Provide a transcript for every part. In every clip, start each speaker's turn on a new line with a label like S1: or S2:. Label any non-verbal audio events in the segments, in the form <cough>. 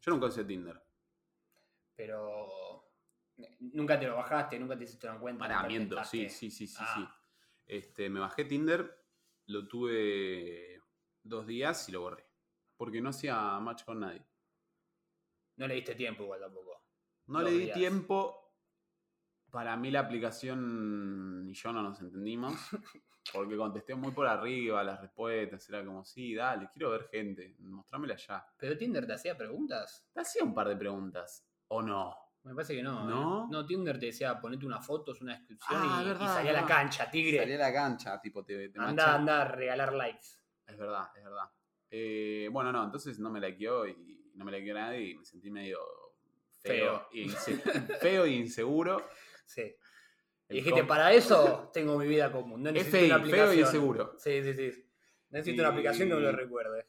S1: Yo nunca usé Tinder.
S2: Pero. Nunca te lo bajaste, nunca te hiciste una cuenta.
S1: Pará,
S2: nunca
S1: miento, sí,
S2: intentaste.
S1: sí, sí, sí,
S2: Ah.
S1: sí. Este, me bajé Tinder, lo tuve dos días y lo borré. Porque no hacía match con nadie.
S2: No le diste tiempo igual tampoco.
S1: No
S2: Dos
S1: le di
S2: días.
S1: tiempo. Para mí la aplicación y yo no nos <laughs> entendimos. Porque contesté muy por arriba las respuestas. Era como, sí, dale, quiero ver gente. Mostrámela ya.
S2: ¿Pero Tinder te hacía preguntas?
S1: Te hacía un par de preguntas. ¿O no?
S2: Me parece que no. ¿eh?
S1: ¿No?
S2: No, Tinder te decía ponete una foto, una descripción
S1: Ah,
S2: y, y
S1: verdad,
S2: salí a la
S1: verdad.
S2: cancha, tigre.
S1: Salí a la cancha, tipo, te, te
S2: Anda,
S1: manchan.
S2: anda a regalar likes.
S1: Es verdad, es verdad. Eh, bueno, no, entonces no me laqueó y no me laqueó nadie y me sentí medio feo,
S2: Feo.
S1: e inse- <laughs> feo e inseguro.
S2: Sí.
S1: El
S2: Y dijiste,
S1: com-
S2: para eso tengo mi vida común. No necesito
S1: FI,
S2: una
S1: feo
S2: aplicación.
S1: y inseguro.
S2: Sí, sí, sí. Necesito una
S1: Y-
S2: aplicación que me lo recuerde.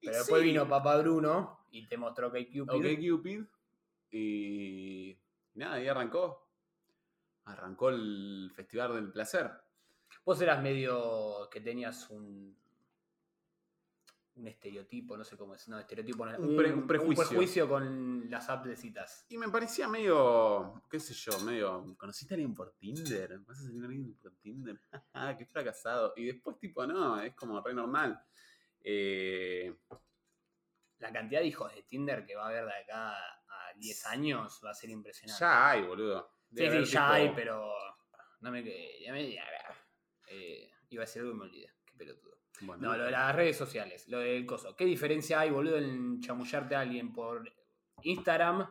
S2: Pero
S1: Y
S2: después
S1: sí,
S2: vino papá Bruno y te mostró que Cupid.
S1: Ok Cupid y nada, ahí arrancó. Arrancó el Festival del Placer.
S2: Vos eras medio que tenías un un estereotipo, no sé cómo es, no, estereotipo no,
S1: Un pre- un prejuicio.
S2: prejuicio con las apps de citas.
S1: Y me parecía medio, qué sé yo, medio, ¿conociste a alguien por Tinder? ¿Vas a salir a alguien por Tinder? <laughs> Ah, qué fracasado. Y después, tipo, no, es como re normal. Eh,
S2: La cantidad de hijos de Tinder que va a haber de acá a 10 años va a ser impresionante.
S1: Ya hay, boludo. Debe
S2: sí, sí,
S1: haber, tipo,
S2: ya hay, pero no me que- ya me- eh, iba a decir algo y me olvidé. Qué pelotudo.
S1: bueno,
S2: No, lo de las redes sociales, lo del coso. ¿Qué diferencia hay, boludo, en chamullarte a alguien por Instagram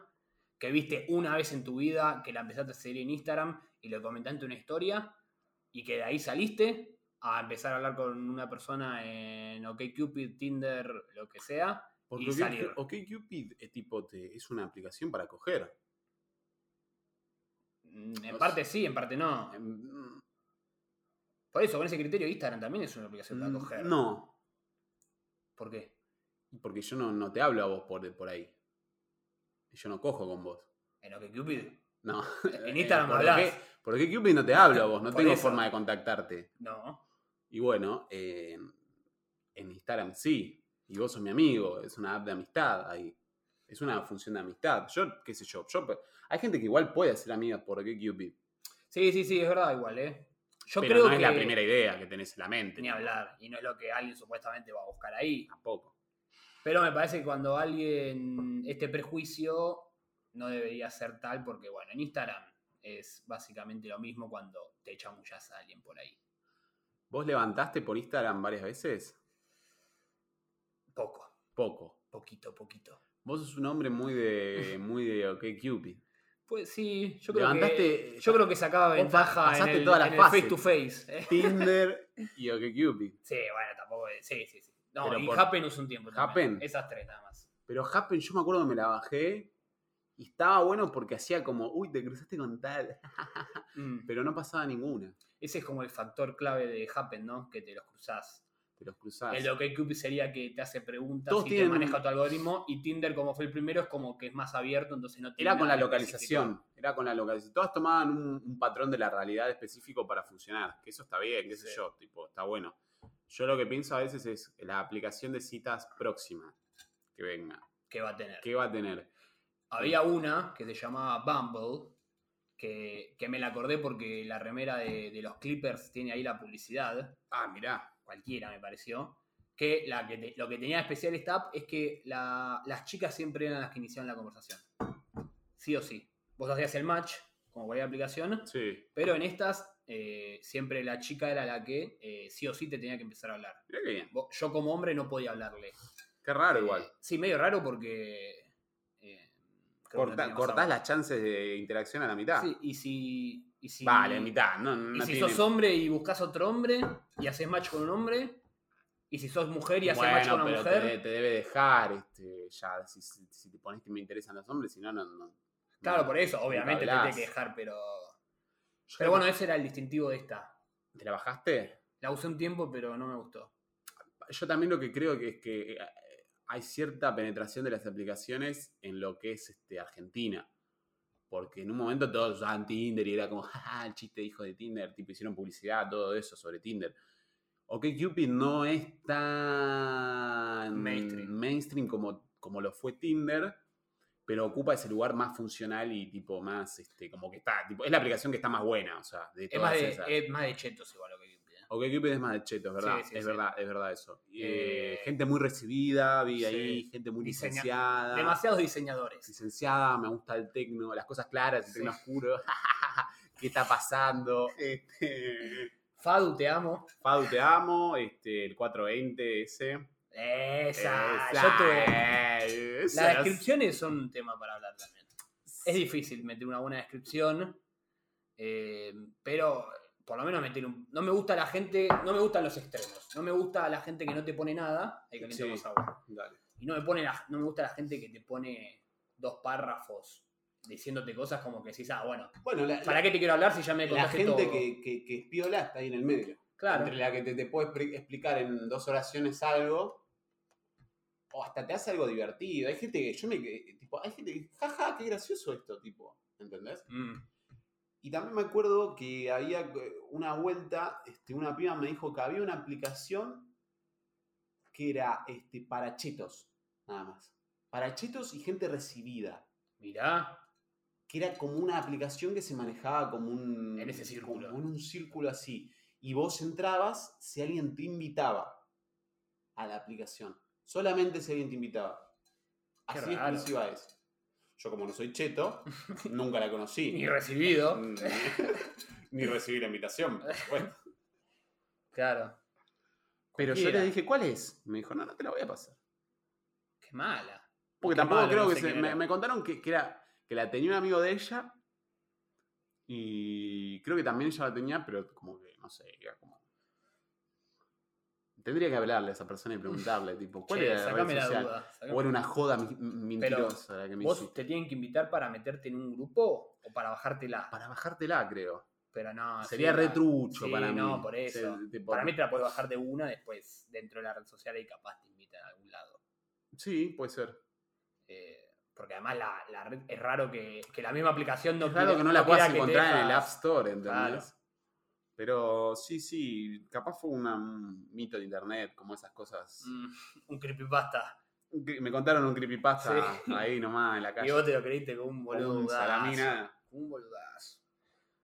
S2: que viste una vez en tu vida, que la empezaste a seguir en Instagram y lo comentaste una historia y que de ahí saliste a empezar a hablar con una persona en OkCupid, Tinder, lo que sea?
S1: Porque
S2: y salir.
S1: Cupid es tipo te- es una aplicación para coger.
S2: Mm, En
S1: No
S2: parte sí, en parte no. mm,
S1: Em,
S2: Por eso, con ese criterio, Instagram también es una aplicación para coger.
S1: Mm, No,
S2: ¿Por qué?
S1: porque yo no, no te hablo a vos por, por ahí. Yo no cojo con vos. <laughs>
S2: En OkCupid.
S1: No. Eh,
S2: En Instagram
S1: por
S2: hablás.
S1: qué- Por qué Cupid no te hablo a vos, no
S2: Por
S1: tengo
S2: eso.
S1: forma de contactarte.
S2: No.
S1: Y bueno, eh, en Instagram sí. Y vos sos mi amigo, es una app de amistad ahí. Es una función de amistad. Yo, qué sé yo, yo hay gente que igual puede ser amiga por Cupid.
S2: Sí, sí, sí, es verdad, igual, ¿eh? Yo
S1: pero
S2: creo
S1: no
S2: que...
S1: es la primera idea que tenés en la mente.
S2: Ni hablar. Y no es lo que alguien supuestamente va a buscar ahí.
S1: Tampoco.
S2: Pero me parece que cuando alguien. Este prejuicio no debería ser tal, porque bueno, en Instagram es básicamente lo mismo cuando te chamullas a alguien por ahí.
S1: ¿Vos levantaste por Instagram varias veces?
S2: Poco,
S1: Poco.
S2: poquito, poquito.
S1: Vos sos un hombre muy
S2: <laughs>
S1: de. muy de OK Cupid.
S2: Pues sí, yo creo
S1: Levantaste- eh,
S2: que. Yo creo que sacaba
S1: Vos
S2: ventaja en
S1: pasaste
S2: el,
S1: todas las
S2: en el face
S1: fases.
S2: to face. ¿eh?
S1: Tinder y OK Cupid.
S2: Sí, bueno, tampoco. Sí, sí, sí. No,
S1: Pero
S2: y
S1: por-
S2: Happen usó un tiempo. también.
S1: Happen.
S2: Esas tres nada más.
S1: Pero Happen, yo me acuerdo que me la bajé y estaba bueno porque hacía como, uy, te cruzaste con tal.
S2: Mm.
S1: Pero no pasaba ninguna.
S2: Ese es como el factor clave de Happen, ¿no? Que te los cruzás.
S1: Te los cruzás.
S2: El de OkCupid sería que te hace preguntas
S1: Todos
S2: y
S1: tienen
S2: te
S1: un-
S2: maneja tu algoritmo. Y Tinder, como fue el primero, es como que es más abierto, entonces no tiene
S1: Era con la
S2: nada específico.
S1: localización. Era con la localización. Todas tomaban un, un patrón de la realidad específico para funcionar. Que eso está bien, qué sé
S2: Sí.
S1: yo, tipo, está bueno. Yo lo que pienso a veces es la aplicación de citas próxima que venga.
S2: Que va a tener.
S1: ¿Qué va a tener?
S2: Había una que se llamaba Bumble, que, que me la acordé porque la remera de, de los Clippers tiene ahí la publicidad.
S1: Ah, mirá.
S2: Cualquiera me pareció. Que, la que te- lo que tenía de especial esta app es que la- las chicas siempre eran las que iniciaban la conversación. Sí o sí. Vos hacías el match, como cualquier aplicación,
S1: Sí.
S2: Pero en estas, eh, siempre la chica era la que eh, sí o sí te tenía que empezar a hablar.
S1: Mirá qué bien.
S2: Vo- Yo como hombre no podía hablarle.
S1: Qué raro
S2: Eh,
S1: igual.
S2: Sí, medio raro porque... eh, creo que no
S1: Corta-
S2: teníamos
S1: cortás
S2: agua.
S1: las chances de interacción a la mitad.
S2: Sí, y si... Y si
S1: Vale, a mitad. No, no
S2: Y si
S1: tiene-
S2: sos hombre y buscas otro hombre y haces match con un hombre, y si sos mujer y haces match con
S1: Bueno, pero
S2: una
S1: te,
S2: mujer...
S1: de- te debe dejar este, ya. Si, si- si te pones que me interesan los hombres, si no, no. no-
S2: Claro,
S1: no-
S2: por eso,
S1: nunca
S2: obviamente te
S1: hablás.
S2: tiene que dejar, pero...
S1: Yo creo
S2: Pero bueno,
S1: que-
S2: ese era el distintivo de esta.
S1: ¿Te la bajaste?
S2: La usé un tiempo, pero no me gustó.
S1: yo también lo que creo que es que eh, hay cierta penetración de las aplicaciones en lo que es este, Argentina. Porque en un momento todos usaban Tinder y era como, <laughs> "Ja, ja, el chiste hijo de Tinder, tipo hicieron publicidad, todo eso sobre Tinder. Ok, Cupid no es tan
S2: Mainstream.
S1: mainstream como, como lo fue Tinder, pero ocupa ese lugar más funcional y tipo más, este, como que está, tipo, es la aplicación que está más buena, o sea, de
S2: Es
S1: todas
S2: más de,
S1: esas.
S2: es más de chetos igual lo que Cupid. ¿eh?
S1: Ok, Cupid es más de cheto, es verdad,
S2: Sí, sí,
S1: es
S2: sí.
S1: verdad, es verdad eso. Eh,
S2: Eh,
S1: gente muy recibida, vi
S2: sí.
S1: ahí, gente muy
S2: Diseña-
S1: licenciada.
S2: Demasiados diseñadores.
S1: Licenciada, me gusta el tecno, las cosas claras, el
S2: Sí.
S1: tecno oscuro, <laughs> qué está pasando. Este,
S2: Fadu, te amo.
S1: Pau, te amo, este, el 420 ese.
S2: Esa,
S1: Esa,
S2: yo te-
S1: eh,
S2: Las
S1: esas.
S2: descripciones son un tema para hablar también. Es difícil meter una buena descripción, eh, pero por lo menos meter un... No me gusta la gente, no me gustan los extremos. No me gusta la gente que no te pone nada, ahí calentamos
S1: Sí.
S2: agua.
S1: Dale.
S2: Y no me, pone la- no me gusta la gente que te pone dos párrafos diciéndote cosas como que decís, ah, bueno,
S1: Bueno, la,
S2: ¿para qué te quiero hablar si ya me
S1: la
S2: contaste
S1: gente
S2: todo?
S1: que, que, que es piola está ahí en el medio.
S2: Claro.
S1: Entre la que te, te puede expli- explicar en dos oraciones algo, o hasta te hace algo divertido. Hay gente que yo me que- tipo, hay gente que, jaja, qué gracioso esto, tipo, ¿entendés?
S2: Mm.
S1: Y también me acuerdo que había eh, una vuelta, este, una piba me dijo que había una aplicación que era este, para chetos, nada más. Para chetos y gente recibida.
S2: Mirá,
S1: que era como una aplicación que se manejaba como un.
S2: En ese círculo.
S1: Como en un círculo así. Y vos entrabas si alguien te invitaba a la aplicación. Solamente si alguien te invitaba.
S2: Qué
S1: Así de
S2: raro.
S1: exclusiva es. Yo, como no soy <laughs> cheto, nunca la conocí.
S2: ni recibido.
S1: Mm, <laughs> Ni recibí la invitación, por supuesto.
S2: Claro.
S1: Pero yo
S2: Cualquiera.
S1: le dije, ¿cuál es? Me dijo, no, no te la voy a pasar.
S2: Qué mala.
S1: Porque
S2: Qué
S1: tampoco
S2: malo,
S1: creo
S2: no
S1: que
S2: sé
S1: se-
S2: quién
S1: me,
S2: era.
S1: me contaron que, que era que la tenía un amigo de ella y creo que también ella la tenía, pero como que no sé, era como tendría que hablarle a esa persona y
S2: <laughs>
S1: preguntarle tipo, ¿cuál
S2: Che,
S1: era la
S2: sacame
S1: red
S2: la
S1: social?
S2: duda. sacame-
S1: O era una joda mi- mentirosa la que me
S2: Vos
S1: hiciste.
S2: te tienen que invitar para meterte en un grupo o para bajártela.
S1: Para bajártela, creo.
S2: Pero no.
S1: Sería
S2: Ah, sí, la-
S1: retrucho
S2: sí,
S1: para mí.
S2: no, por eso.
S1: Se- tipo-
S2: Para mí te la puedes bajar de una, después dentro de la red social y capaz te invitan a algún lado.
S1: Sí, puede ser.
S2: Eh, porque además la, la red es raro que, que la misma aplicación no
S1: Claro
S2: quiera-
S1: que no la
S2: quiera
S1: puedas
S2: que te
S1: encontrar en el
S2: dejas-
S1: App Store, ¿entendés?
S2: Claro.
S1: Pero sí, sí, capaz fue una- un mito de internet, como esas cosas.
S2: Mm, un creepypasta.
S1: Un cre- Me contaron un creepypasta
S2: Sí.
S1: ahí nomás en la
S2: Y
S1: calle.
S2: vos te lo creíste con un
S1: Con un
S2: boludazo.
S1: salamina.
S2: Un boludazo.